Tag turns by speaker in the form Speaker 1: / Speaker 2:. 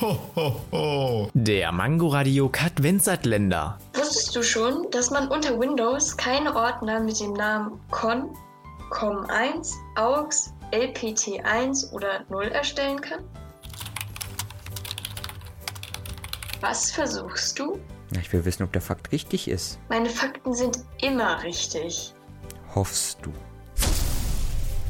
Speaker 1: Ho, ho, ho. Der Mangoradio Cut Vincent Länder.
Speaker 2: Wusstest du schon, dass man unter Windows keine Ordner mit dem Namen con, com1, aux, lpt1 oder 0 erstellen kann? Was versuchst du?
Speaker 3: Na, Ich will wissen, ob der Fakt richtig ist.
Speaker 2: Meine Fakten sind immer richtig.
Speaker 3: Hoffst du?